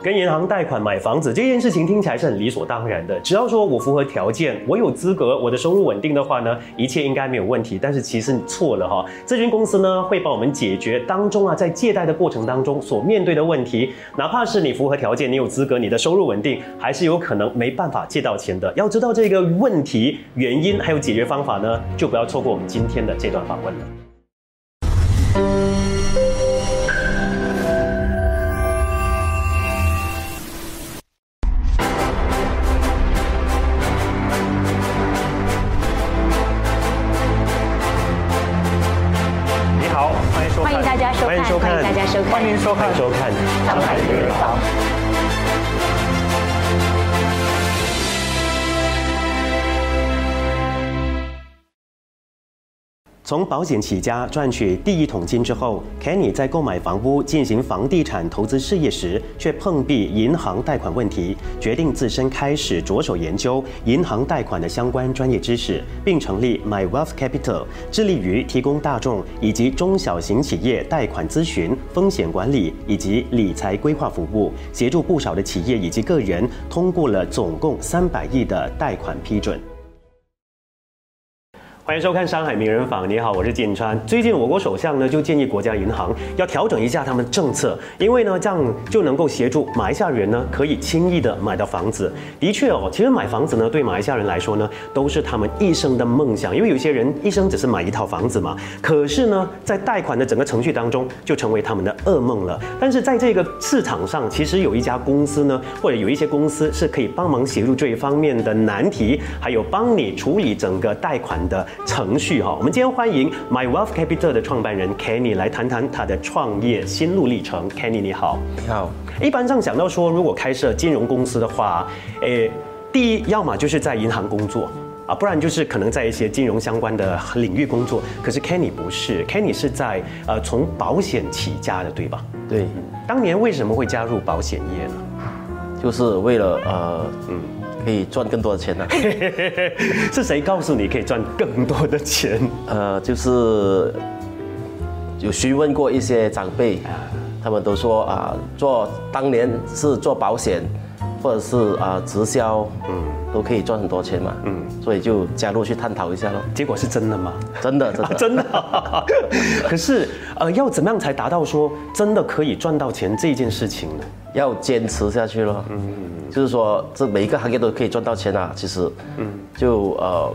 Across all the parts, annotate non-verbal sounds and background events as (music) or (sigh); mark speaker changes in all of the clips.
Speaker 1: 跟银行贷款买房子这件事情听起来是很理所当然的，只要说我符合条件，我有资格，我的收入稳定的话呢，一切应该没有问题。但是其实你错了哈，这间公司呢会帮我们解决当中啊在借贷的过程当中所面对的问题，哪怕是你符合条件，你有资格，你的收入稳定，还是有可能没办法借到钱的。要知道这个问题原因还有解决方法呢，就不要错过我们今天的这段访问了。你好，欢迎收
Speaker 2: 欢迎大家收看，
Speaker 1: 欢迎收看，
Speaker 2: 欢迎大家收看，
Speaker 3: 欢迎收
Speaker 1: 欢
Speaker 3: 看
Speaker 1: 迎收看《上海银行》。从保险起家赚取第一桶金之后，Kenny 在购买房屋进行房地产投资事业时，却碰壁银行贷款问题，决定自身开始着手研究银行贷款的相关专业知识，并成立 My Wealth Capital，致力于提供大众以及中小型企业贷款咨询、风险管理以及理财规划服务，协助不少的企业以及个人通过了总共三百亿的贷款批准。欢迎收看《上海名人坊》，你好，我是建川。最近我国首相呢就建议国家银行要调整一下他们政策，因为呢这样就能够协助马来西亚人呢可以轻易的买到房子。的确哦，其实买房子呢对马来西亚人来说呢都是他们一生的梦想，因为有些人一生只是买一套房子嘛，可是呢在贷款的整个程序当中就成为他们的噩梦了。但是在这个市场上，其实有一家公司呢，或者有一些公司是可以帮忙协助这一方面的难题，还有帮你处理整个贷款的程序哈。我们今天欢迎 My Wealth Capital 的创办人 Kenny 来谈谈他的创业心路历程。Kenny 你好，
Speaker 3: 你好，
Speaker 1: 一般上想到说，如果开设金融公司的话，诶，第一要么就是在银行工作。啊，不然就是可能在一些金融相关的领域工作。可是 Kenny 不是，Kenny 是在呃从保险起家的，对吧？
Speaker 3: 对，
Speaker 1: 当年为什么会加入保险业呢？ (laughs)
Speaker 3: 就是为了呃，嗯，可以赚更多的钱呢、啊
Speaker 1: 是谁告诉你可以赚更多的钱？
Speaker 3: 呃，就是有询问过一些长辈，他们都说啊、做当年是做保险，或者是啊、直销，嗯，都可以赚很多钱嘛，嗯，所以就加入去探讨一下咯。
Speaker 1: 结果是真的吗？ (laughs)
Speaker 3: 真的，真
Speaker 1: 啊
Speaker 3: 的，
Speaker 1: 真的、 (laughs) 可是，呃，要怎么样才达到说真的可以赚到钱这件事情呢？
Speaker 3: 要坚持下去咯。嗯，就是说这每一个行业都可以赚到钱啊，其实，嗯，就呃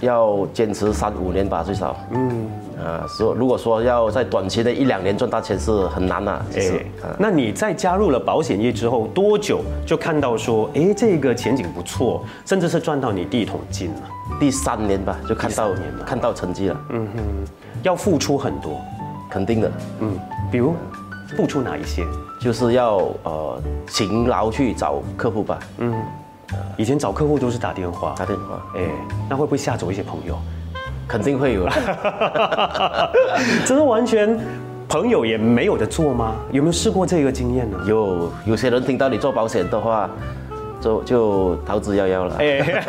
Speaker 3: 要坚持三五年吧，最少。嗯，啊，说如果说要在短期的一两年赚大钱是很难的、其实。啊
Speaker 1: 哎那你在加入了保险业之后多久就看到说，哎，这个前景不错，甚至是赚到你第一桶金了？
Speaker 3: 第三年吧，就看到
Speaker 1: 第三年了
Speaker 3: 看到成绩了，嗯，
Speaker 1: 要付出很多，
Speaker 3: 肯定的，
Speaker 1: 嗯，比如付出哪一些？
Speaker 3: 就是要呃勤劳去找客户吧，嗯，
Speaker 1: 以前找客户都是打电话，
Speaker 3: 打电话
Speaker 1: 哎，那会不会吓走一些朋友？
Speaker 3: 肯定会有 (laughs) 的。
Speaker 1: 真的完全朋友也没有的做吗？有没有试过这个经验呢？
Speaker 3: 有有些人听到你做保险的话，就就逃之夭夭了。
Speaker 1: 哎，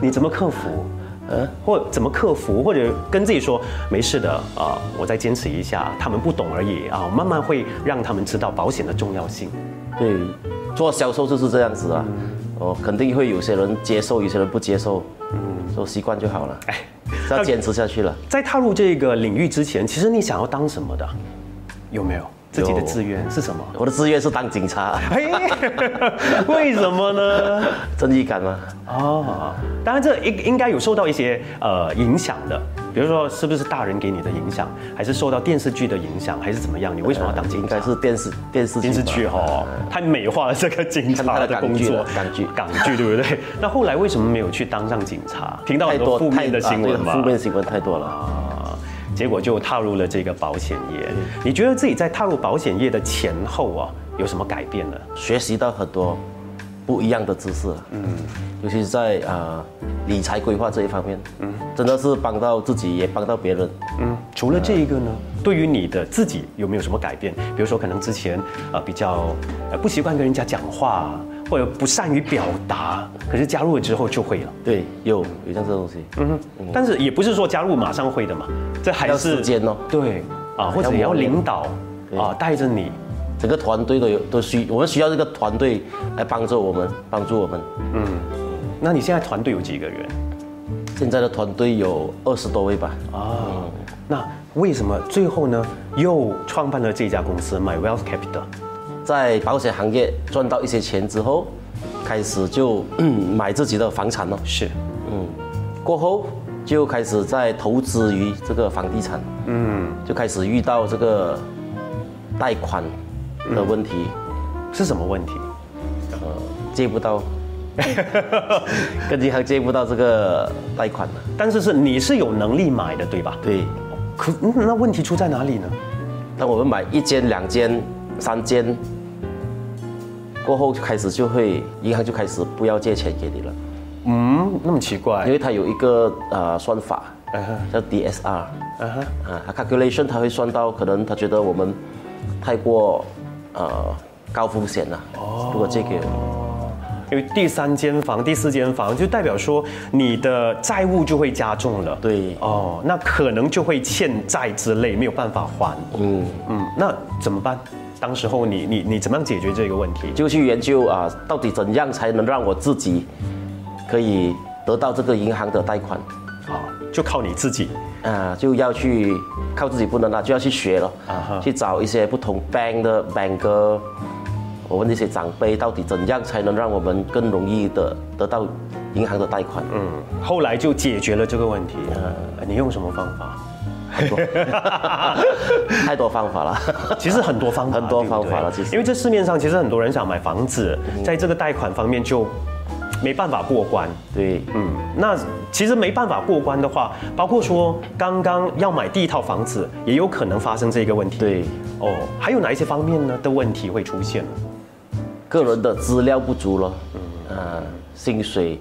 Speaker 1: 你怎么克服？呃，或怎么克服，或者跟自己说没事的啊、我再坚持一下，他们不懂而已啊，我慢慢会让他们知道保险的重要性。
Speaker 3: 对，做销售就是这样子啊，
Speaker 1: 嗯
Speaker 3: 哦，肯定会有些人接受，有些人不接受，嗯，都习惯就好了，哎，要坚持下去了。
Speaker 1: 在踏入这个领域之前，其实你想要当什么的？有没有自己的志愿是什么？
Speaker 3: 我的志愿是当
Speaker 1: (laughs)
Speaker 3: 警察，
Speaker 1: 嘿，为什么呢？
Speaker 3: 正义感嘛，
Speaker 1: 哦，当然这应应该有受到一些呃影响的，比如说是不是大人给你的影响，还是受到电视剧的影响，还是怎么样？你为什么哦要当警
Speaker 3: 啊应
Speaker 1: 察
Speaker 3: 该？是电视电视
Speaker 1: 电视
Speaker 3: 吧
Speaker 1: 剧哦，太美化了这个警察的工作，
Speaker 3: 看
Speaker 1: (laughs)
Speaker 3: 他的港剧了
Speaker 1: 港剧对不对？那后来为什么没有去当上警察？听到很多负面的新闻
Speaker 3: 啊
Speaker 1: 吧
Speaker 3: 对？负面新闻太多了。
Speaker 1: 啊，结果就踏入了这个保险业。你觉得自己在踏入保险业的前后啊，有什么改变呢？
Speaker 3: 学习到很多不一样的知识，嗯，尤其是在啊、理财规划这一方面，嗯，真的是帮到自己，也帮到别人。
Speaker 1: 嗯，除了这一个呢，对于你的自己有没有什么改变？比如说，可能之前呃比较呃不习惯跟人家讲话，或者不善于表达，可是加入了之后就会了。
Speaker 3: 对，有有这样子的东西，嗯，
Speaker 1: 哦但是也不是说加入马上会的嘛，这还
Speaker 3: 要
Speaker 1: 是
Speaker 3: 时间哦
Speaker 1: 对啊，或者也要
Speaker 3: 磨练
Speaker 1: 领导
Speaker 3: 对
Speaker 1: 啊带着你
Speaker 3: 整个团队都有都需，我们需要这个团队来帮助我们，帮助我们。
Speaker 1: 那你现在团队有几个人
Speaker 3: 现在的团队有二十多位吧，
Speaker 1: 啊？那为什么最后呢又创办了这家公司 My Wealth Capital？
Speaker 3: 在保险行业赚到一些钱之后，开始就嗯买自己的房产了。
Speaker 1: 是，
Speaker 3: 过后就开始在投资于这个房地产，嗯，就开始遇到这个贷款的问题，
Speaker 1: 是什么问题？
Speaker 3: 借不到，跟银行借不到这个贷款了。
Speaker 1: 但是是你是有能力买的，对吧？
Speaker 3: 对，
Speaker 1: 可嗯那问题出在哪里呢？
Speaker 3: 当我们买一间、两间、三间，过后就开始就会银行就开始不要借钱给你了，
Speaker 1: 嗯，那么奇
Speaker 3: 因
Speaker 1: 怪。
Speaker 3: 为它有一个呃算法
Speaker 1: 嗯哼
Speaker 3: 叫 DSR。
Speaker 1: 嗯哼
Speaker 3: 啊，他 calculation 他会算到，可能他觉得我们太过呃高风险了。哦，如果借给
Speaker 1: 哦因为第三间房、第四间房，就代表说你的债务就会加重了。
Speaker 3: 对
Speaker 1: 哦，那可能就会欠债之类，没有办法还。嗯嗯，那怎么办？当时候你你你怎么样解决这个问题？
Speaker 3: 就去研究啊，到底怎样才能让我自己可以得到这个银行的贷款
Speaker 1: 啊，就靠你自己。
Speaker 3: 啊，就要去靠自己不能了，就要去学了，
Speaker 1: 啊哈
Speaker 3: 去找一些不同 bank 的 banker。我问那些长辈，到底怎样才能让我们更容易的得到银行的贷款？嗯，
Speaker 1: 后来就解决了这个问题。呃，你用什么方法？ (laughs)
Speaker 3: 太多方
Speaker 1: (laughs)
Speaker 3: 法了。
Speaker 1: 其实很多方法，
Speaker 3: 很多
Speaker 1: 对不对
Speaker 3: 方法了其实嗯
Speaker 1: 因为这市面上其实很多人想买房子，在这个贷款方面就没办法过关。
Speaker 3: 对，
Speaker 1: 嗯，那其实没办法过关的话，包括说刚刚要买第一套房子，也有可能发生这个问题。
Speaker 3: 对，
Speaker 1: 哦，还有哪一些方面呢的问题会出现呢？
Speaker 3: 个人的资料不足了，嗯，啊，薪水，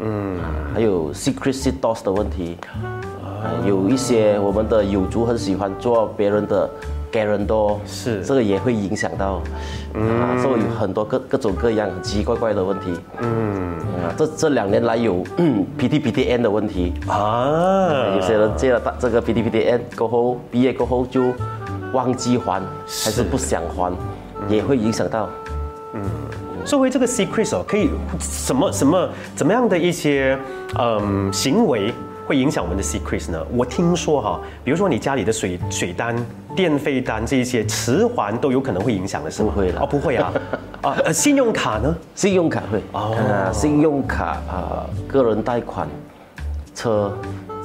Speaker 3: 嗯，还有 secrecy dos 的问题，啊，有一些我们的友族很喜欢做别人的 guarantor，
Speaker 1: 是
Speaker 3: 这个也会影响到，啊，所以有很多各各种各样很奇奇怪怪的问题，嗯，啊，这这两年来有 (coughs) PTPTN 的问题，
Speaker 1: 啊，
Speaker 3: 有些人借了大这个 PTPTN 过后，毕业过后就忘记还，还是不想还，也会影响到。
Speaker 1: 说回这个 secret 哦，可以什么什么怎么样的一些嗯行为会影响我们的 secret 呢？我听说哈，比如说你家里的水水单、电费单这一些迟还都有可能会影响的是吗？
Speaker 3: 不会啦
Speaker 1: 哦，不会
Speaker 3: (laughs)
Speaker 1: 啊，啊、呃，信用卡呢？
Speaker 3: 信用卡会
Speaker 1: 哦
Speaker 3: 啊，信用卡啊，个人贷款、车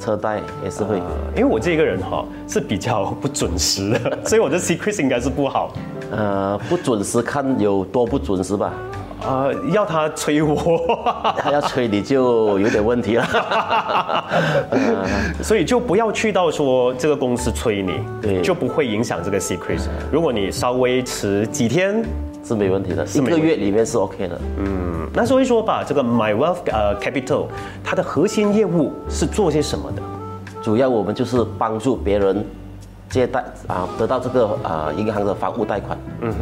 Speaker 3: 车贷也是会
Speaker 1: 呃，因为我这个人哈、是比较不准时的，所以我的 secret 应该是不好。
Speaker 3: 呃，不准时看有多不准时吧，
Speaker 1: (laughs) 呃，要他催我， (laughs)
Speaker 3: 他要催你就有点问题了。 (laughs)
Speaker 1: 所以就不要去到说这个公司催你，
Speaker 3: 对
Speaker 1: 就不会影响这个 secret。如果你稍微迟几天，
Speaker 3: 是没问题的，一
Speaker 1: 没问
Speaker 3: 个
Speaker 1: 题
Speaker 3: 月里面是 OK 的。
Speaker 1: 嗯那所以说吧，这个 My Wealth 呃 Capital 它的核心业务是做些什么的？
Speaker 3: 主要我们就是帮助别人借贷啊，得到这个啊银行的房屋贷款，
Speaker 1: 嗯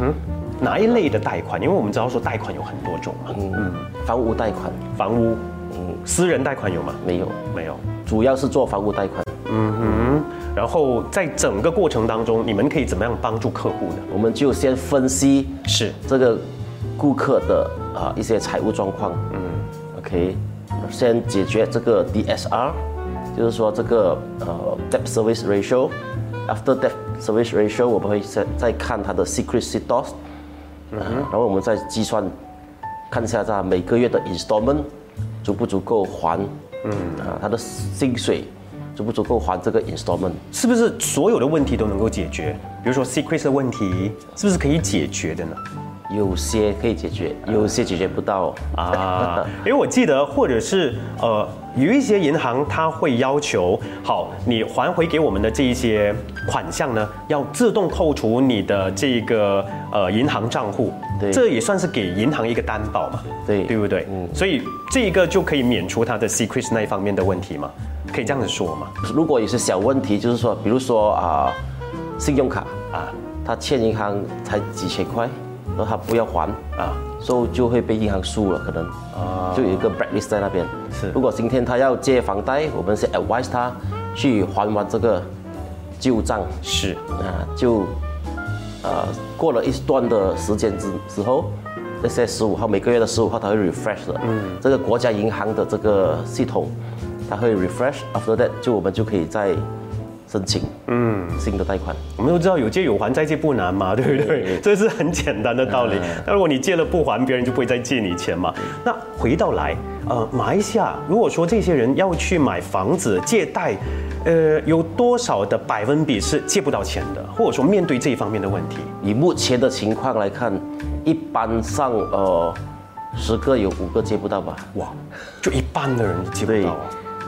Speaker 1: 哪一类的贷款？因为我们知道说贷款有很多种嘛，
Speaker 3: 嗯，房屋贷款
Speaker 1: 房屋、私人贷款有吗？
Speaker 3: 没有，
Speaker 1: 没有。
Speaker 3: 主要是做房屋贷款。
Speaker 1: 然后在整个过程当中，你们可以怎么样帮助客户呢？
Speaker 3: 我们就先分析
Speaker 1: 是
Speaker 3: 这个顾客的啊、一些财务状况。嗯，OK，先解决这个 DSR，就是说这个呃 debt service ratio。After debt service ratio，我们会再再看它的 secrecy dos，、嗯然后我们再计算，看一下它每个月的 installment 足不足够还，嗯啊，它的薪水足不足够还这个 installment。
Speaker 1: 是不是所有的问题都能够解决？比如说 secret 的问题，是不是可以解决的呢？
Speaker 3: 有些可以解决，有些解决不到
Speaker 1: 啊， (laughs) 因为我记得，或者是呃，有一些银行它会要求，好，你还回给我们的这一些款项呢，要自动扣除你的这个呃银行账户，
Speaker 3: 对
Speaker 1: 这也算是给银行一个担保嘛，
Speaker 3: 对嗯
Speaker 1: 对不对？所以这一个就可以免除它的 secret 那一方面的问题嘛，可以这样子说嘛？
Speaker 3: 如果有些小问题，就是说，比如说啊、信用卡
Speaker 1: 啊
Speaker 3: 他欠银行才几千块，然后他不要还，
Speaker 1: 啊，
Speaker 3: 所以就会被银行诉了，可能啊，就有一个 blacklist 在那边。
Speaker 1: 是
Speaker 3: 如果今天他要借房贷，我们先 advise 他去还完这个旧账
Speaker 1: 是。
Speaker 3: 啊，就呃，过了一段的时间之之后，这些十五号每个月的十五号它会 refresh 的，嗯，这个国家银行的这个系统，它会 refresh，after that 就我们就可以再申请，嗯，新的贷款。
Speaker 1: 我们都知道有借有还，再借不难嘛，对不对？啊这是很简单的道理。那如果你借了不还，别人就不会再借你钱嘛。那回到来，呃，马来西亚，如果说这些人要去买房子借贷，呃，有多少的百分比是借不到钱的，或者说面对这一方面的问题？
Speaker 3: 以目前的情况来看，一般上呃十个有五个借不到吧？
Speaker 1: 哇，就一半的人借不
Speaker 3: 对
Speaker 1: 到啊。，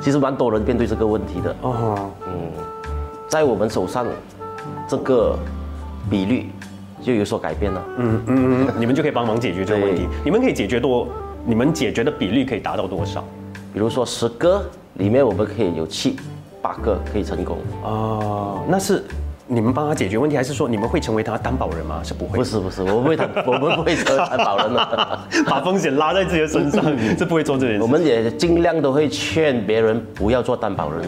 Speaker 3: 其实蛮多人面对这个问题的。嗯
Speaker 1: 哦，
Speaker 3: 在我们手上，这个比率就有所改变了。
Speaker 1: 嗯嗯嗯，你们就可以帮忙解决这个问题
Speaker 3: 对。
Speaker 1: 你们可以解决多，你们解决的比率可以达到多少？
Speaker 3: 比如说十个里面，我们可以有七八个可以成功。
Speaker 1: 哦，那是你们帮他解决问题，还是说你们会成为他担保人吗？是不会
Speaker 3: 不
Speaker 1: 的，
Speaker 3: 是不是，我们不会谈， (laughs) 我们不会成担保人的，
Speaker 1: (laughs) 把风险拉在自己的身上， (laughs) 是不会做这件事。
Speaker 3: (laughs) 我们也尽量都会劝别人不要做担保人。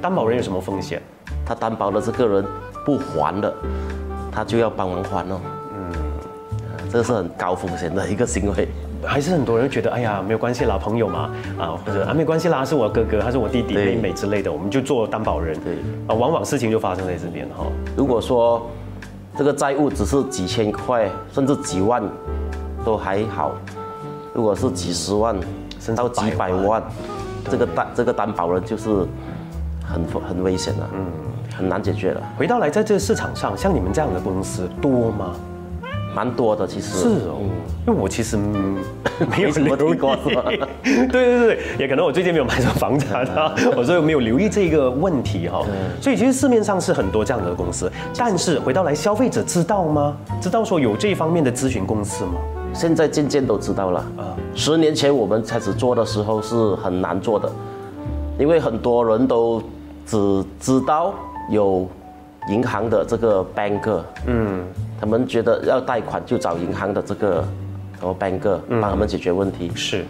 Speaker 1: 担保人有什么风险？
Speaker 3: 他担保的这个人不还了，他就要帮忙还哦。嗯，这个是很高风险的一个行为。
Speaker 1: 还是很多人觉得，哎呀，没有关系啦，朋友嘛，啊，或者啊，没有关系啦，是我哥哥，他是我弟弟、
Speaker 3: 对
Speaker 1: 妹妹之类的，我们就做担保人。
Speaker 3: 对
Speaker 1: 啊，往往事情就发生在这边哈。
Speaker 3: 如果说这个债务只是几千块，甚至几万，都还好；如果是几十万，
Speaker 1: 甚至
Speaker 3: 到几
Speaker 1: 百
Speaker 3: 百
Speaker 1: 万
Speaker 3: 万，这个担这个担保人就是很很危险了，嗯，很难解决了，
Speaker 1: 回到来，在这个市场上，像你们这样的公司多吗？
Speaker 3: 蛮多的其实。
Speaker 1: 是哦，因为我其实嗯没有
Speaker 3: 没什么
Speaker 1: 留
Speaker 3: 听
Speaker 1: 意
Speaker 3: 过是吧
Speaker 1: (laughs) 对对对，也可能我最近没有买什么房产啊， (laughs) 我所以没有留意这个问题哈、所以其实市面上是很多这样的公司，但是回到来，消费者知道吗？知道说有这方面的咨询公司吗？
Speaker 3: 现在渐渐都知道了。
Speaker 1: 啊
Speaker 3: 十年前我们开始做的时候是很难做的，因为很多人都只知道有银行的这个 banker，嗯，他们觉得要贷款就找银行的这个什么 banker 帮他们解决问题，
Speaker 1: 是，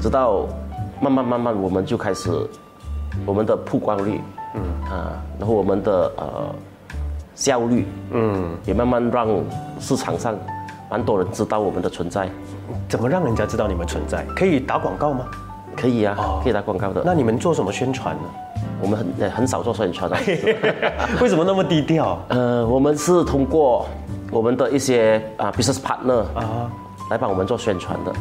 Speaker 3: 直到慢慢慢慢我们就开始我们的曝光率，嗯啊，然后我们的呃效率，嗯，也慢慢让市场上蛮多人知道我们的存在。
Speaker 1: 怎么让人家知道你们存在？可以打广告吗？
Speaker 3: 可以啊，
Speaker 1: 哦
Speaker 3: 可以打广告的。
Speaker 1: 那你们做什么宣传呢？ (laughs)
Speaker 3: 我们很呃很少做宣传啊。
Speaker 1: 为什么那么低调？
Speaker 3: 呃，我们是通过我们的一些啊 business partner
Speaker 1: 啊
Speaker 3: 啊来帮我们做宣传的。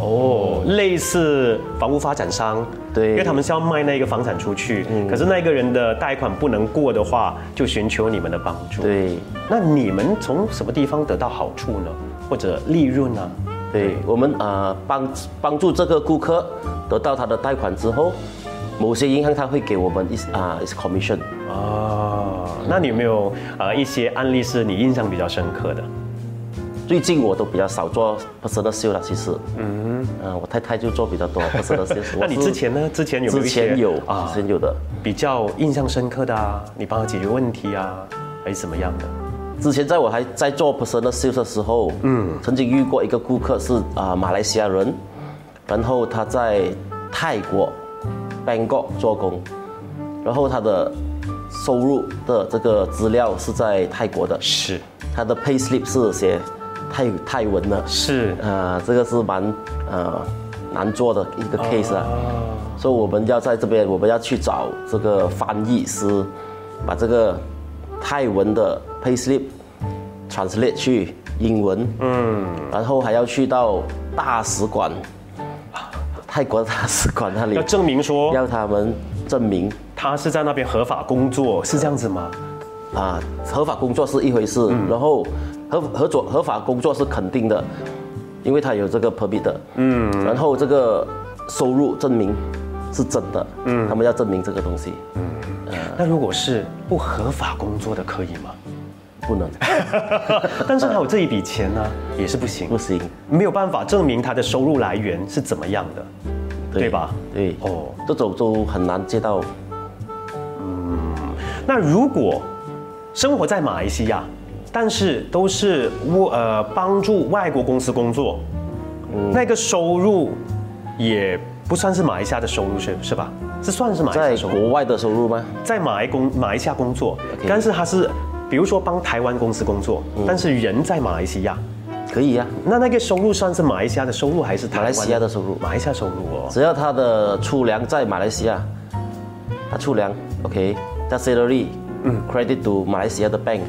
Speaker 1: 哦，类似房屋发展商，
Speaker 3: 对嗯
Speaker 1: 因为他们是要卖那个房产出去，可是那个人的贷款不能过的话，就寻求你们的帮助。，
Speaker 3: 对
Speaker 1: 那你们从什么地方得到好处呢？或者利润呢、
Speaker 3: 对，我们啊帮帮助这个顾客得到他的贷款之后，某些银行他会给我们一啊一些 commission。
Speaker 1: 啊？那你有没有呃一些案例是你印象比较深刻的？
Speaker 3: 最近我都比较少做 personal sale 了，其实，嗯，啊，我太太就做比较多
Speaker 1: (laughs)
Speaker 3: personal sale 我是。
Speaker 1: 那你之前呢？之前有没有
Speaker 3: 之
Speaker 1: 一些
Speaker 3: 前有，
Speaker 1: 啊
Speaker 3: 之前有的。
Speaker 1: 比较印象深刻的啊？你帮他解决问题啊，还是怎么样的？
Speaker 3: 之前在我还在做 personal sales 的时候，嗯，曾经遇过一个顾客是啊、马来西亚人，然后他在泰国 Bangkok 做工，然后他的收入的这个资料是在泰国的，
Speaker 1: 是
Speaker 3: 他的 pay slip 是写泰泰文的，
Speaker 1: 是
Speaker 3: 啊，这个是蛮呃难做的一个 case 啊，所以我们要在这边，我们要去找这个翻译师，把这个泰文的 payslip translate 去英文，嗯，然后还要去到大使馆，泰国大使馆那里
Speaker 1: 要证明说
Speaker 3: 要他们证明
Speaker 1: 他是在那边合法工作，是这样子吗？
Speaker 3: 啊，合法工作是一回事，然后合合作合法工作是肯定的，因为他有这个 permit 的，嗯，然后这个收入证明是真的，嗯，他们要证明这个东西，
Speaker 1: 那如果是不合法工作的，可以吗？
Speaker 3: 不能
Speaker 1: 但是他有这一笔钱呢、也是不行
Speaker 3: 不，行，
Speaker 1: 没有办法证明他的收入来源是怎么样的，对吧？
Speaker 3: 对，
Speaker 1: 哦
Speaker 3: 哦，这种都很难接到，
Speaker 1: 那如果生活在马来西亚，但是都是我呃帮助外国公司工作，
Speaker 3: 嗯
Speaker 1: 那个收入也不算是马来西亚的收入是是吧？这算是马来西亚
Speaker 3: 在
Speaker 1: 收入吗
Speaker 3: 国外的收入吗？
Speaker 1: 在马来工马来西亚工作
Speaker 3: OK 嗯
Speaker 1: 但是他是比如说帮台湾公司工作，但是人在马来西亚，
Speaker 3: 可以呀、啊
Speaker 1: 那那个收入算是马来西亚的收入还是台湾
Speaker 3: 马来西亚的收入
Speaker 1: 马来西亚收入哦，
Speaker 3: 只要他的出粮在马来西亚，他出粮，OK，他 salary，嗯，credit to 马来西亚的 bank，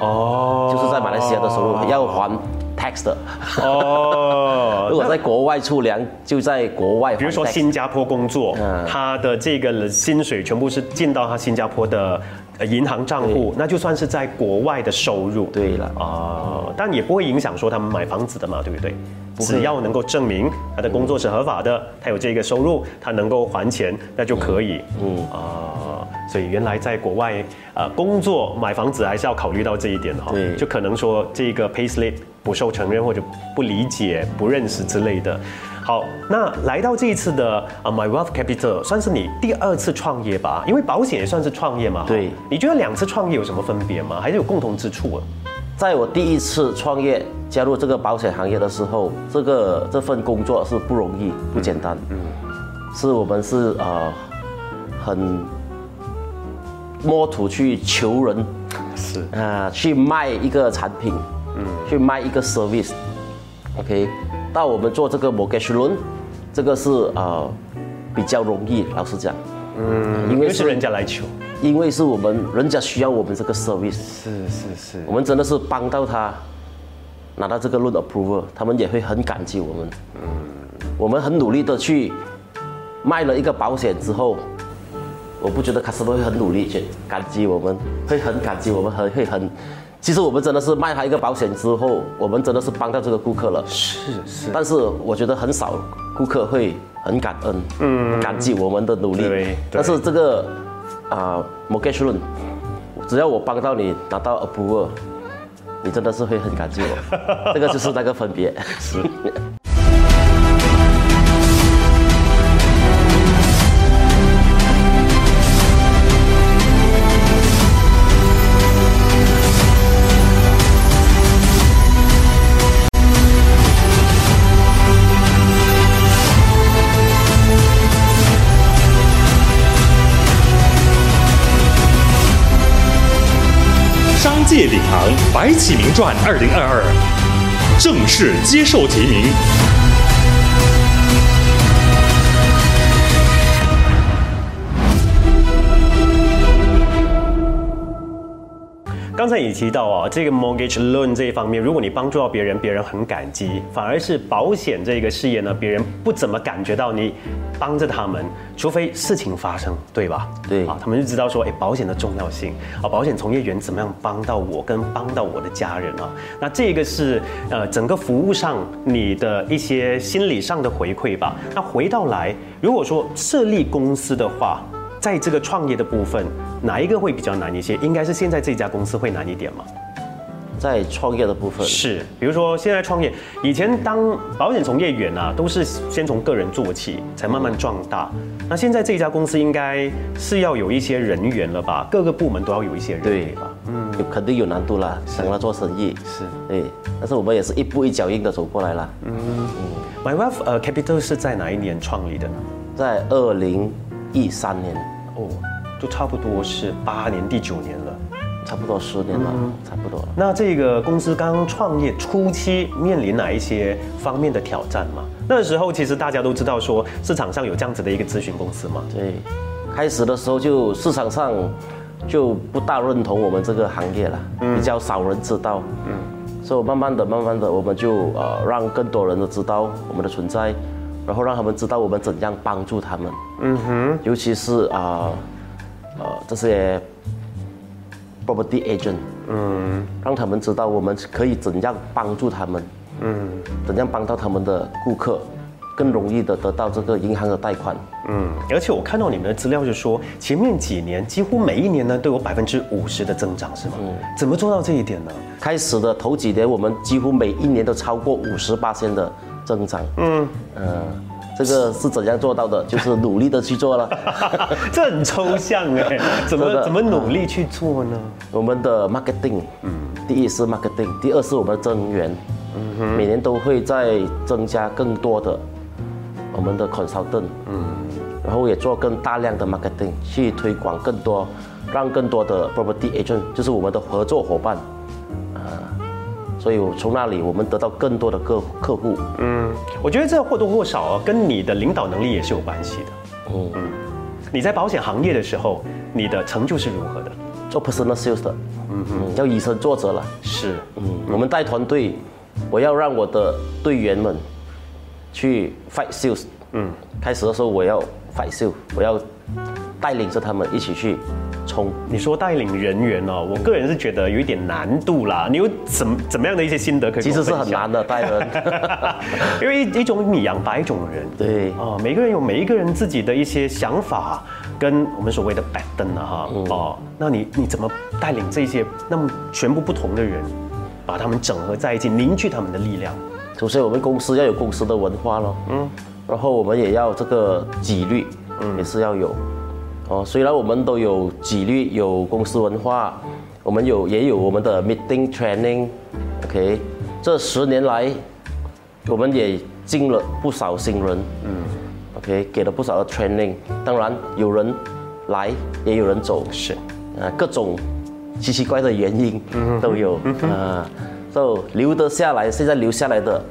Speaker 1: 哦，
Speaker 3: 就是在马来西亚的收入
Speaker 1: (laughs)
Speaker 3: 要还 tax 的。
Speaker 1: 哦，
Speaker 3: 如果在国外出粮，就在国外还 tax。
Speaker 1: 比如说新加坡工作
Speaker 3: 嗯，
Speaker 1: 他的这个薪水全部是进到他新加坡的呃银行账户，那就算是在国外的收入。
Speaker 3: 对了
Speaker 1: 哦，但也不会影响说他们买房子的嘛，对不对？
Speaker 3: 会
Speaker 1: 只要能够证明他的工作是合法的，他有这个收入，他能够还钱，那就可以。嗯啊，所以原来在国外呃工作买房子还是要考虑到这一点哦哈、
Speaker 3: 对
Speaker 1: 啊就可能说这个 payslip 不受承认或者不理解、不认识之类的。好，那来到这一次的呃 My Wealth Capital，算是你第二次创业吧？因为保险也算是创业嘛。哈
Speaker 3: 对
Speaker 1: 你觉得两次创业有什么分别吗？还是有共同之处啊？
Speaker 3: 在我第一次创业加入这个保险行业的时候，这个这份工作是不容易、不简单。嗯，是我们是呃很摸土去求人
Speaker 1: 是
Speaker 3: 啊、去卖一个产品，嗯，去卖一个 service。OK，到我们做这个 mortgage loan，这个是呃比较容易，老实讲，嗯，因
Speaker 1: 因
Speaker 3: 为
Speaker 1: 为是
Speaker 3: 是
Speaker 1: 人家来求。
Speaker 3: 因为是我们人家需要我们这个 service。
Speaker 1: 是是是
Speaker 3: 我们真的是帮到他拿到这个 loan approval，他们也会很感激我们。
Speaker 1: 嗯
Speaker 3: 我们很努力的去卖了一个保险之后，我不觉得 customer 会很努力去感激我们，会很感激我们，很会很。其实我们真的是卖他一个保险之后，我们真的是帮到这个顾客了。
Speaker 1: 是是，
Speaker 3: 但是我觉得很少顾客会很感恩，嗯，感激我们的努力。
Speaker 1: 对对
Speaker 3: 但是这个啊、m o r t g a g e loan，只要我帮到你拿到 approval，你真的是会很感
Speaker 1: (laughs)
Speaker 3: 激我。这个就是那个分别。是。
Speaker 2: 商界领航白起名传二零二二正式接受提名。
Speaker 1: 刚才也提到啊，这个 mortgage loan 这一方面，如果你帮助到别人，别人很感激；反而是保险这个事业呢，别人不怎么感觉到你帮着他们，除非事情发生，对吧？
Speaker 3: 对
Speaker 1: 啊，他们就知道说，哎，保险的重要性啊，保险从业员怎么样帮到我，跟帮到我的家人啊。那这个是呃整个服务上你的一些心理上的回馈吧。那回到来，如果说设立公司的话，在这个创业的部分，哪一个会比较难一些？应该是现在这家公司会难一点吗？
Speaker 3: 在创业的部分，
Speaker 1: 是，比如说现在创业，以前当保险从业员啊，都是先从个人做起，才慢慢壮大。那现在这家公司应该是要有一些人员了吧？各个部门都要有一些人
Speaker 3: 对
Speaker 1: 吧？，
Speaker 3: 嗯，肯定有难度啦，想要做生意
Speaker 1: 是
Speaker 3: 对，但是我们也是一步一脚印的走过来啦。
Speaker 1: 嗯 My Wealth 呃 Capital 是在哪一年创立的呢？
Speaker 3: 在二零一三年，
Speaker 1: 哦，就差不多是八年第九年了。
Speaker 3: 差不多十年了，
Speaker 1: 嗯
Speaker 3: 差不多了。
Speaker 1: 那这个公司刚创业初期面临哪一些方面的挑战吗？那时候其实大家都知道说市场上有这样子的一个咨询公司嘛，
Speaker 3: 对，开始的时候就市场上就不大认同我们这个行业了，比较少人知道。嗯，所以慢慢的、慢慢的，我们就呃让更多人都知道我们的存在，然后让他们知道我们怎样帮助他们。嗯哼，尤其是啊呃这些 property agent，嗯，让他们知道我们可以怎样帮助他们。嗯，怎样帮到他们的顾客，更容易的得到这个银行的贷款。
Speaker 1: 嗯，而且我看到你们的资料是说，前面几年几乎每一年呢都有百分之五十的增长，是吗？怎么做到这一 (laughs) 点呢？
Speaker 3: 开始的头几年，我们几乎每一年都超过五十八线的增长。嗯，呃，这个是怎样做到的？就是努力的去做 (laughs) 了。
Speaker 1: 这很抽象 (laughs) 哎，怎
Speaker 3: 真
Speaker 1: 么
Speaker 3: 的
Speaker 1: 怎么努力去做呢？
Speaker 3: 我们的 marketing，嗯，第一是 marketing，第二是我们的增员，嗯每年都会在增加更多的我们的 consultant，嗯，然后也做更大量的 marketing 去推广更多，让更多的 property agent，就是我们的合作伙伴，啊，所以我从那里我们得到更多的客客户，
Speaker 1: 我觉得这或多或少啊，跟你的领导能力也是有关系的。
Speaker 3: 嗯，
Speaker 1: 你在保险行业的时候，你的成就是如何的？
Speaker 3: 做 personal sales 的，嗯嗯，要以身作则了。
Speaker 1: 是，
Speaker 3: 嗯，我们带团队，我要让我的队员们去 fight sales。嗯，开始的时候我要 fight sales，我要带领着他们一起去冲。
Speaker 1: 你说带领人员哦，我个人是觉得有一点难度啦。你有怎么怎么样的一些心得可以？
Speaker 3: 其实是很难，的，带人。
Speaker 1: (laughs)
Speaker 3: (laughs)
Speaker 1: 因为一一种米养百种人。
Speaker 3: 对
Speaker 1: 哦，每个人有每一个人自己的一些想法，跟我们所谓的摆灯啊哈。
Speaker 3: 嗯
Speaker 1: 哦，那你你怎么带领这些那么全部不同的人，把他们整合在一起，凝聚他们的力量？
Speaker 3: 首先我们公司要有公司的文化咯，嗯，然后我们也要这个纪律，嗯，也是要有。哦，虽然我们都有纪律，有公司文化，我们有也有我们的 meeting training，OK，、这十年来，我们也进了不少新人，嗯，OK，给了不少的 training，当然有人来，也有人走，
Speaker 1: 是。
Speaker 3: 呃，各种奇奇怪的原因都有，呃，就留得下来，现在留下来的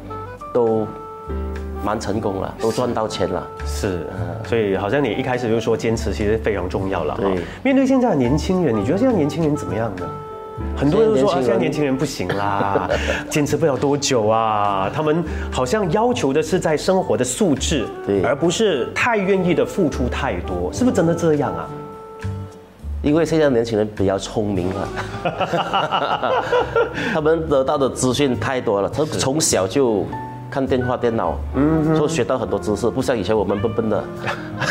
Speaker 3: 都蛮成功了，都赚到钱了。
Speaker 1: 是，
Speaker 3: 嗯
Speaker 1: 所以好像你一开始就说坚持其实非常重要了哈
Speaker 3: 对。
Speaker 1: 面对现在的年轻人，你觉得现在年轻人怎么样呢？很多人都说啊，
Speaker 3: 现在
Speaker 1: 现在
Speaker 3: 年轻人
Speaker 1: 年轻人不行
Speaker 3: (laughs)
Speaker 1: 啦，坚持不了多久啊。他们好像要求的是在生活的素质，
Speaker 3: 对
Speaker 1: 而不是太愿意的付出太多，是不是真的这样啊？
Speaker 3: 因为现在年轻人比较聪明了，他们得到的资讯太多了，从从小就看电话、电脑，嗯，就学到很多知识，不像以前我们笨笨的，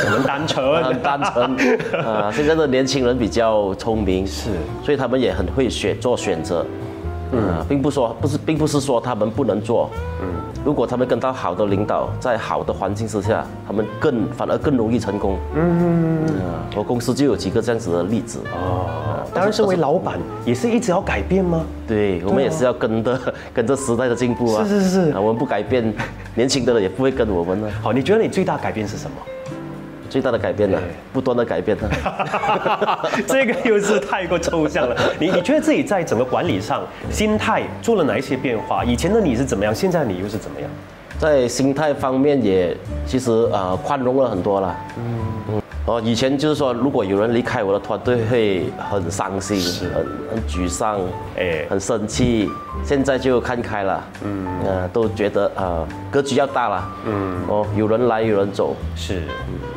Speaker 1: 我们单纯
Speaker 3: 很 (laughs) 单纯。啊，现在的年轻人比较聪明，是，所以他们也很会选做选择。嗯，并不说不是，并不是说他们不能做。嗯，如果他们跟到好的领导，在好的环境之下，他们更反而更容易成功。嗯，我公司就有几个这样子的例子。
Speaker 1: 哦。当然，身为老板也是一直要改变吗？
Speaker 3: 对，我们也是要跟的，跟着时代的进步啊。
Speaker 1: 啊是是是
Speaker 3: 啊，我们不改变，年轻的人也不会跟我们呢、啊
Speaker 1: 好，哦你觉得你最大改变是什
Speaker 3: (laughs)
Speaker 1: 么？
Speaker 3: 最大的改变呢、啊
Speaker 1: 对
Speaker 3: 不断的改变啊呢、
Speaker 1: 这个又是太过抽象了。你你觉得自己在整个管理上心态做了哪一些变化？以前的你是怎么样，现在你又是怎么样？
Speaker 3: 在心态方面也其实呃宽容了很多啦。嗯哦，以前就是说，如果有人离开我的团队，会很伤心，很很沮丧，
Speaker 1: 哎
Speaker 3: 很生气。现在就看开了，嗯，呃，都觉得呃格局要大了，嗯，哦，有人来有人走
Speaker 1: 是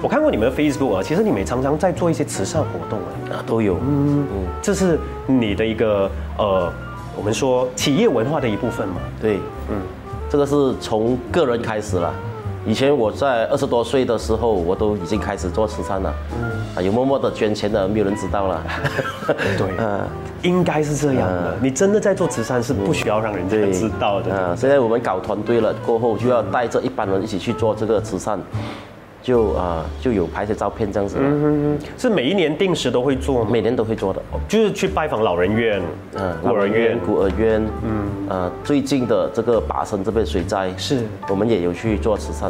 Speaker 1: 我看过你们的 Facebook 啊，其实你们也常常在做一些慈善活动啊，
Speaker 3: 啊都有，嗯，
Speaker 1: 这是你的一个呃，我们说企业文化的一部分嘛。
Speaker 3: 对，嗯，这个是从个人开始了。以前我在二十多岁的时候，我都已经开始做慈善了，啊，有默默的捐钱的，没有人知 (laughs) 道了。 (laughs) 呃
Speaker 1: 对，应该是这样的。你真的在做慈善是不需要让人家
Speaker 3: 对，
Speaker 1: 知道的。
Speaker 3: 啊，现在我们搞团队了，过后就要带着一般人一起去做这个慈善，就啊、就有拍些照片这样子了，啊
Speaker 1: 嗯是每一年定时都会做吗？
Speaker 3: 每年都会做的。啊
Speaker 1: 就是去拜访老人院、孤儿嗯院。
Speaker 3: 孤儿院，嗯，呃，最近的这个巴生这边水灾，
Speaker 1: 是
Speaker 3: 我们也有去做慈善，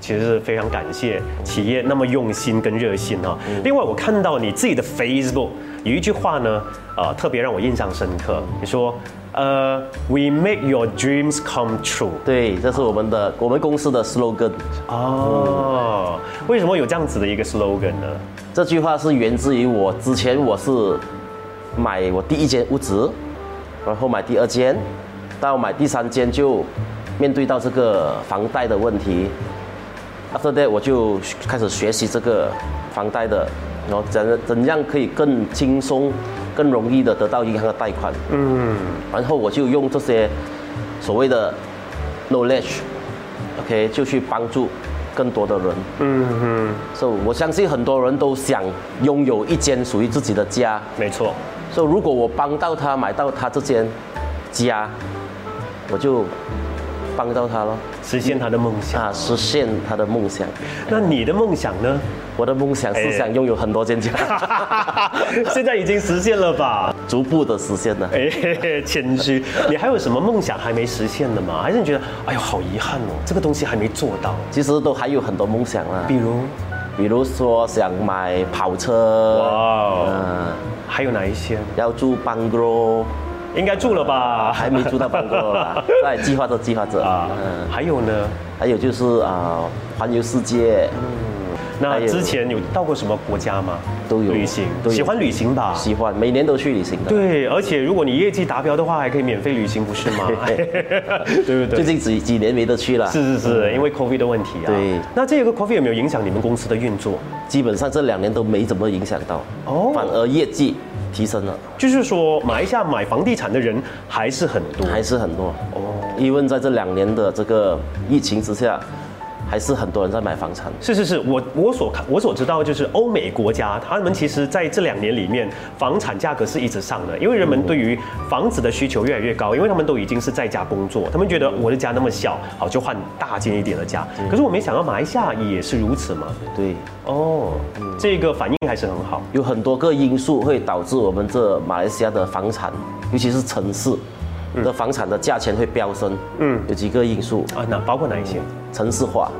Speaker 1: 其实是非常感谢企业那么用心跟热心哈、另外，我看到你自己的 Facebook 有一句话呢，呃，特别让我印象深刻。你说，呃，We make your dreams come true。
Speaker 3: 对，这是我们的我们公司的 slogan。
Speaker 1: 哦，为什么有这样子的一个 slogan 呢？
Speaker 3: 这句话是源自于我之前我是买我第一间屋子，然后买第二间，到买第三间就面对到这个房贷的问题。After that，我就开始学习这个房贷的，然后怎怎样可以更轻松、更容易的得到银行的贷款。嗯，然后我就用这些所谓的 knowledge，OK，、就去帮助更多的人。所以我相信很多人都想拥有一间属于自己的家。
Speaker 1: 没错，
Speaker 3: 所以如果我帮到他买到他这间家，我就帮到他了
Speaker 1: 实现他的梦想。
Speaker 3: 啊，实现他的梦想。
Speaker 1: 那你的梦想呢？ (laughs)
Speaker 3: 我的梦想是想拥有很多间家，
Speaker 1: 现在已经实现了吧？
Speaker 3: (laughs) 逐步的实现了。啊
Speaker 1: (laughs) 哎，嘿嘿谦虚。你还有什么梦想还没实现的吗？还是你觉得，哎呦，好遗憾哦，这个东西还没做到？
Speaker 3: 其实都还有很多梦想啦，
Speaker 1: 比如，
Speaker 3: 比如说想买跑车，
Speaker 1: 哇哦
Speaker 3: 呃
Speaker 1: 还有哪一些？
Speaker 3: 要住 bungalow，
Speaker 1: 应该住了吧？
Speaker 3: 还没住到
Speaker 1: (laughs)
Speaker 3: bungalow 啦，在计划着计划着，
Speaker 1: 啊
Speaker 3: 嗯，，
Speaker 1: 还有呢？
Speaker 3: 还有就是啊、环游世界，还
Speaker 1: 那
Speaker 3: 有
Speaker 1: 之前有到过什么国家吗？
Speaker 3: 都有
Speaker 1: 旅行，
Speaker 3: 都有
Speaker 1: 喜欢旅行吧？
Speaker 3: 喜欢每年都去旅行的。
Speaker 1: 对，而且如果你业绩达标的话，还可以免费旅行，不
Speaker 3: (laughs)
Speaker 1: 是吗？ (laughs) 对不
Speaker 3: 最
Speaker 1: 对？
Speaker 3: 近几几年没得去了，
Speaker 1: 是是是，因为 COVID 的问题啊。
Speaker 3: 嗯对
Speaker 1: 那这个 COVID 有没有影响你们公司的运作？
Speaker 3: 基本上这两年都没怎么影响到，
Speaker 1: 哦
Speaker 3: 反而业绩提升了，
Speaker 1: 就是说，马来西亚买房地产的人还是很多。
Speaker 3: 还是很多。哦，因为在这两年的这个疫情之下，还是很多人在买房产。
Speaker 1: 是是是，我我所看我所知道就是欧美国家，他们其实在这两年里面，房产价格是一直上的，因为人们对于房子的需求越来越高，因为他们都已经是在家工作，他们觉得我的家那么小，好就换大间一点的家。可是我没想到马来西亚也是如此嘛。
Speaker 3: 对，
Speaker 1: 哦，这个反应还是很好。
Speaker 3: 有很多个因素会导致我们这马来西亚的房产，尤其是城市
Speaker 1: 嗯
Speaker 3: 的房产的价钱会飙升。嗯，有几个因素，
Speaker 1: 啊，那包括哪一些？
Speaker 3: 城市化，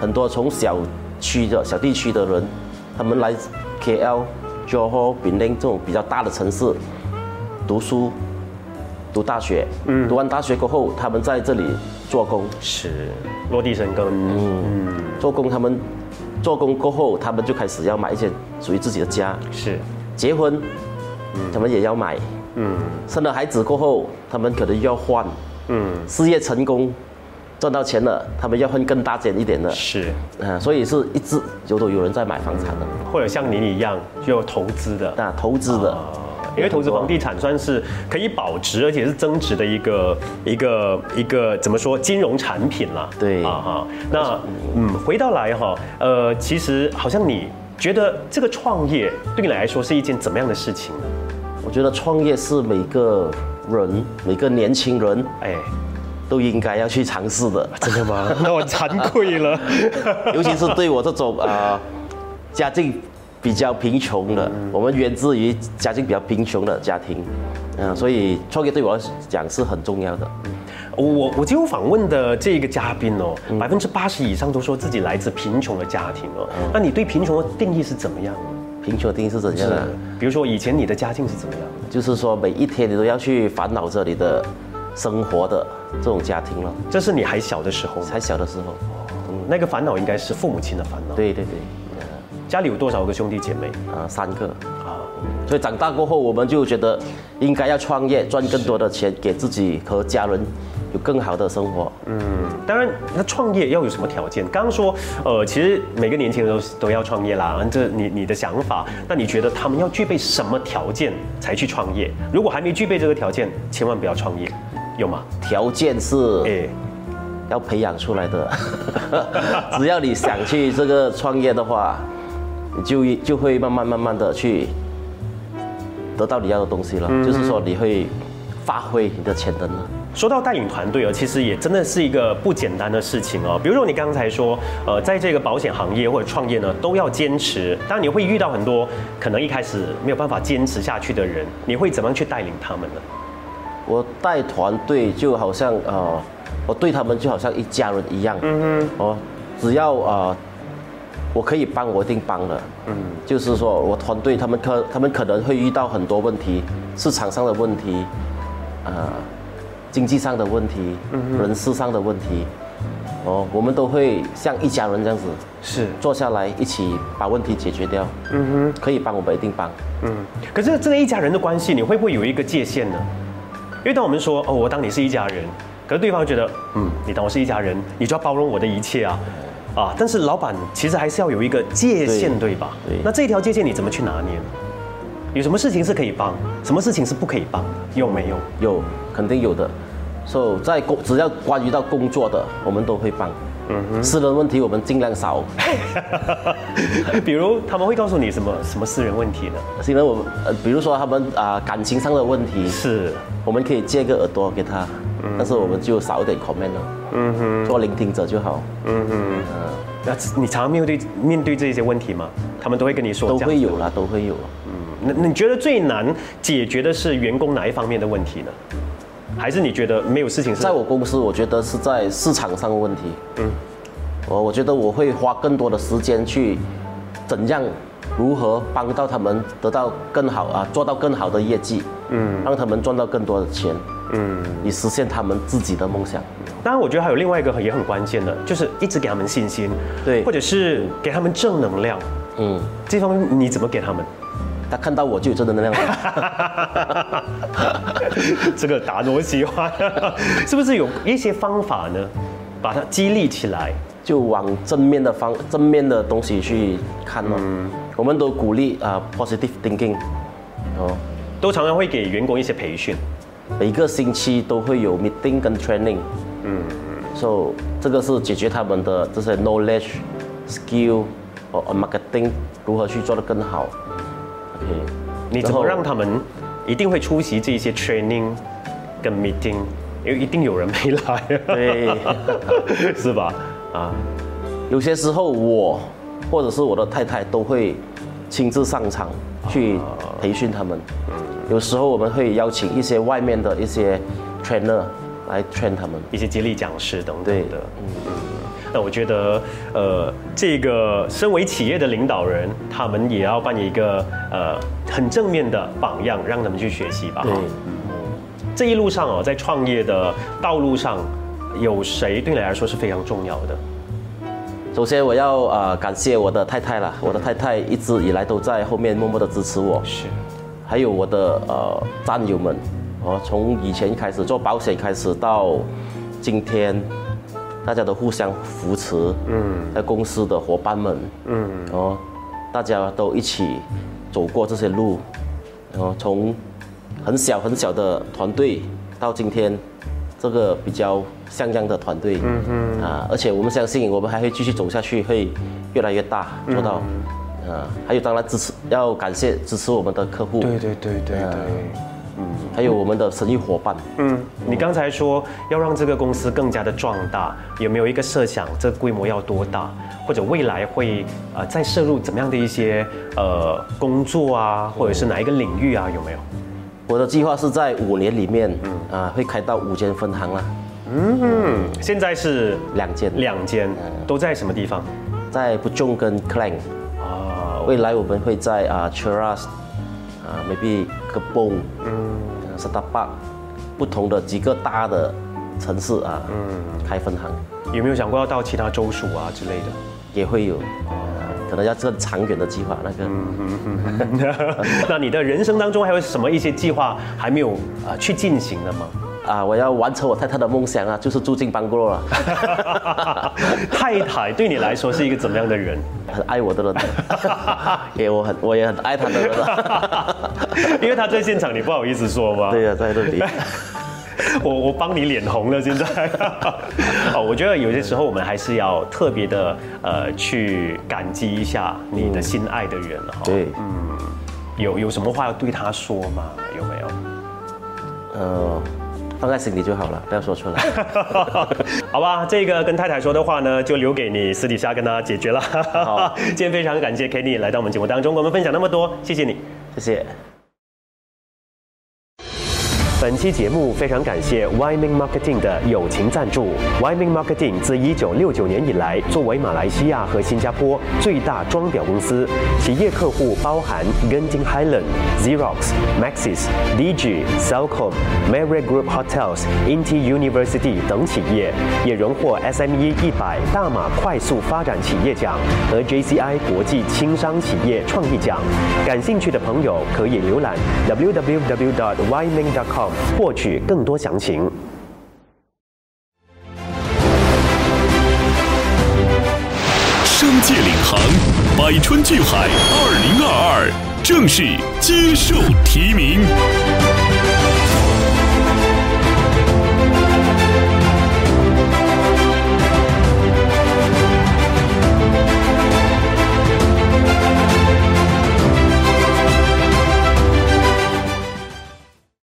Speaker 3: 很多从小区的小地区的人，他们来 KL、Johor、Penang 这种比较大的城市读书、读大学，读完大学过后，他们在这里做工，
Speaker 1: 是嗯落地生根。
Speaker 3: 做工他们做工过后，他们就开始要买一些属于自己的家，
Speaker 1: 是
Speaker 3: 结婚，他们也要买，生了孩子过后，他们可能又要换，事业成功。赚到钱了，他们要换更大间一点的，
Speaker 1: 是，
Speaker 3: 嗯，所以是一直有都有人在买房产的，
Speaker 1: 或者像你一样就有投资的。
Speaker 3: 那投资的，
Speaker 1: 因为投资房地产算是可以保值，而且是增值的一个一个一个怎么说金融产品啦。
Speaker 3: 对
Speaker 1: 啊哈，那嗯，回到来哈，呃，其实好像你觉得这个创业对你来说是一件怎么样的事情呢？
Speaker 3: 我觉得创业是每个人、每个年轻人
Speaker 1: 哎，
Speaker 3: 都应该要去尝试的， (laughs)
Speaker 1: 真的吗？ (laughs) 那我惭愧了。 (laughs)
Speaker 3: 尤其是对我这种呃家境比较贫穷的，我们源自于家境比较贫穷的家庭，嗯、所以创业对我来讲是很重要的。
Speaker 1: 我我今天访问的这个嘉宾哦，百分之八十以上都说自己来自贫穷的家庭哦。那你对贫穷的定义是怎么样的？
Speaker 3: 贫穷的定义是怎样的？
Speaker 1: 比如说以前你的家境是怎么样的？
Speaker 3: 就是说每一天你都要去烦恼着你的生活的这种家庭了。
Speaker 1: 这是你还小的时候吗？
Speaker 3: 才小的时候，
Speaker 1: 嗯那个烦恼应该是父母亲的烦恼。，
Speaker 3: 对对对，
Speaker 1: 家里有多少个兄弟姐妹
Speaker 3: 呃，三个。
Speaker 1: 啊？
Speaker 3: 所以长大过后，我们就觉得应该要创业，赚更多的钱，给自己和家人有更好的生活。
Speaker 1: 当然，那创业要有什么条件？刚刚说，呃，其实每个年轻人都都要创业啦，这你你的想法，那你觉得他们要具备什么条件才去创业？如果还没具备这个条件，千万不要创业，有吗？
Speaker 3: 条件是
Speaker 1: 哎，
Speaker 3: 要培养出来的， (laughs) 只要你想去这个创业的话，你就就会慢慢慢慢的去得到你要的东西了。就是说，你会发挥你的潜能了。
Speaker 1: 说到带领团队啊，其实也真的是一个不简单的事情哦。比如说你刚才说，呃，在这个保险行业或者创业呢，都要坚持。当然你会遇到很多可能一开始没有办法坚持下去的人，你会怎么样去带领他们呢？
Speaker 3: 我带团队就好像呃，我对他们就好像一家人一样。嗯哼。哦，只要呃，我可以帮，我一定帮的。嗯。就是说我团队他们可他们可能会遇到很多问题，市场上的问题，呃，经济上的问题，人事上的问题。哦，我们都会像一家人这样子
Speaker 1: 是
Speaker 3: 坐下来，一起把问题解决掉。嗯哼，可以帮我们一定帮。
Speaker 1: 嗯，可是这个一家人的关系，你会不会有一个界限呢？因为当我们说哦，我当你是一家人，可是对方觉得嗯，你当我是一家人，你就要包容我的一切啊，啊！但是老板其实还是要有一个界限，对
Speaker 3: 对
Speaker 1: 吧？
Speaker 3: 对
Speaker 1: 那这条界限你怎么去拿捏呢？有什么事情是可以帮，什么事情是不可以帮的？有没有？ (laughs)
Speaker 3: 有，肯定有的。所、以在工只要关于到工作的，我们都会帮。私人问题我们尽量少。
Speaker 1: 比如他们会告诉你什么什么私人问题呢？
Speaker 3: 私人我们呃，比如说他们啊、感情上的问题，
Speaker 1: 是
Speaker 3: 我们可以借个耳朵给他，但是我们就少一点 comment 了。嗯哼，做聆听者就好。
Speaker 1: 那你常常面对面对这些问题吗？他们都会跟你说
Speaker 3: 都
Speaker 1: 这样
Speaker 3: 会
Speaker 1: 子
Speaker 3: 有啦，都会有。
Speaker 1: 那那你觉得最难解决的是员工哪一方面的问题呢？还是你觉得没有事情是
Speaker 3: 在我公司，我觉得是在市场上的问题。嗯，我我觉得我会花更多的时间去怎样如何帮到他们得到更好啊，做到更好的业绩，嗯，让他们赚到更多的钱，嗯，以实现他们自己的梦想。
Speaker 1: 当然，我觉得还有另外一个很也很关键的，就是一直给他们信心，
Speaker 3: 对
Speaker 1: 或者是给他们正能量。
Speaker 3: 嗯，
Speaker 1: 这方面你怎么给
Speaker 3: (laughs)
Speaker 1: 他们？
Speaker 3: 他看到我就有正能量 (laughs) 了。
Speaker 1: 这个答案我喜欢， (laughs) 是不是有一些方法呢？把它激励起来。
Speaker 3: 就往正面的方正面的东西去看嘛。我们都鼓励啊、positive thinking，哦，
Speaker 1: 都常常会给员工一些培训，
Speaker 3: 每个星期都会有 meeting 跟 training，嗯，so 这个是解决他们的这些 knowledge、skill 哦 marketing 如何去做得更好。OK，
Speaker 1: 你怎么
Speaker 3: 然后
Speaker 1: 让他们一定会出席这些 training 跟 meeting？因为一定有人没来，
Speaker 3: 对，
Speaker 1: (laughs) 是吧？
Speaker 3: 有些时候我或者是我的太太都会亲自上场去培训他们。有时候我们会邀请一些外面的一些 trainer 来 train 他们。
Speaker 1: 一些激励讲师等等
Speaker 3: 对嗯
Speaker 1: 的。嗯那我觉得，呃，这个身为企业的领导人，他们也要扮演一个呃很正面的榜样，让他们去学习吧。
Speaker 3: 对，
Speaker 1: 这一路上哦，在创业的道路上，有谁对你来说是非常重要的？
Speaker 3: 首先我要呃感谢我的太太啦，我的太太一直以来都在后面默默的支持我，
Speaker 1: 是，
Speaker 3: 还有我的呃战友们，哦，从以前开始做保险开始到今天，大家都互相扶持，嗯，在公司的伙伴们，嗯，哦，大家都一起走过这些路，然后从很小很小的团队到今天这个比较像样的团队，嗯嗯，啊，而且我们相信我们还会继续走下去，会越来越大，做到。啊，还有当然支持，要感谢支持我们的客户，
Speaker 1: 对对对对。
Speaker 3: 还有我们的生意伙伴。
Speaker 1: 嗯，你刚才说要让这个公司更加的壮大，有没有一个设想这规模要多大，或者未来会呃再摄入怎么样的一些呃工作啊，或者是哪一个领域啊，有没有？
Speaker 3: 我的计划是在五年里面，啊，会开到五间分行啦，
Speaker 1: 嗯，现在是
Speaker 3: 两间，
Speaker 1: 两间，都在什么地方？
Speaker 3: 在不中跟 Clang。
Speaker 1: 啊，
Speaker 3: 未来我们会在啊 Cheras，啊 maybe k e p o n g 嗯 s t a b a 不同的几个大的城市啊，嗯，开分行
Speaker 1: 有没有想过要到其他州属啊之类的？ (laughs)
Speaker 3: 也会有，啊可能要更长远的计划那个。
Speaker 1: 那你的人生当中还有什么一些计划还没有啊去进行的吗？ (laughs)
Speaker 3: 啊，我要完成我太太的梦想啊，就是住进啊 b a n g l o 了， (laughs)
Speaker 1: 太太对你来说是一个怎么样的人？
Speaker 3: 很爱我的人，也我很我也很爱她的人啊。
Speaker 1: (laughs) 因为他在现场，你不好意思说吗？
Speaker 3: 对呀、啊在这里。
Speaker 1: 我我帮你脸红了，现在。 (laughs) 哦，我觉得有些时候我们还是要特别的呃去感激一下你的心爱的人哈、
Speaker 3: 对，
Speaker 1: 有有什么话要对他说吗？有没有？ (laughs)
Speaker 3: 呃，放在心里就好了，不要说出来。
Speaker 1: 好吧，这个跟太太说的话呢，就留给你私底下跟他解决了。
Speaker 3: 好
Speaker 1: (laughs) 今天非常感谢 Kenny 来到我们节目当中，跟我们分享那么多，谢谢你。
Speaker 3: 谢谢。
Speaker 1: 本期节目非常感谢 Wyman Marketing 的友情赞助。Wyman Marketing 自1969年以来，作为马来西亚和新加坡最大装裱公司，企业客户包含 Genting Highland、Xerox、Maxis、DG、Celcom、Marriott Group Hotels、Inti University 等企业，也荣获 SME 一百大马快速发展企业奖和 JCI 国际轻商企业创意奖。感兴趣的朋友可以浏览 www.yming.com 获取更多详情。
Speaker 2: 商界领航，百川聚海，二零二二正式接受提名。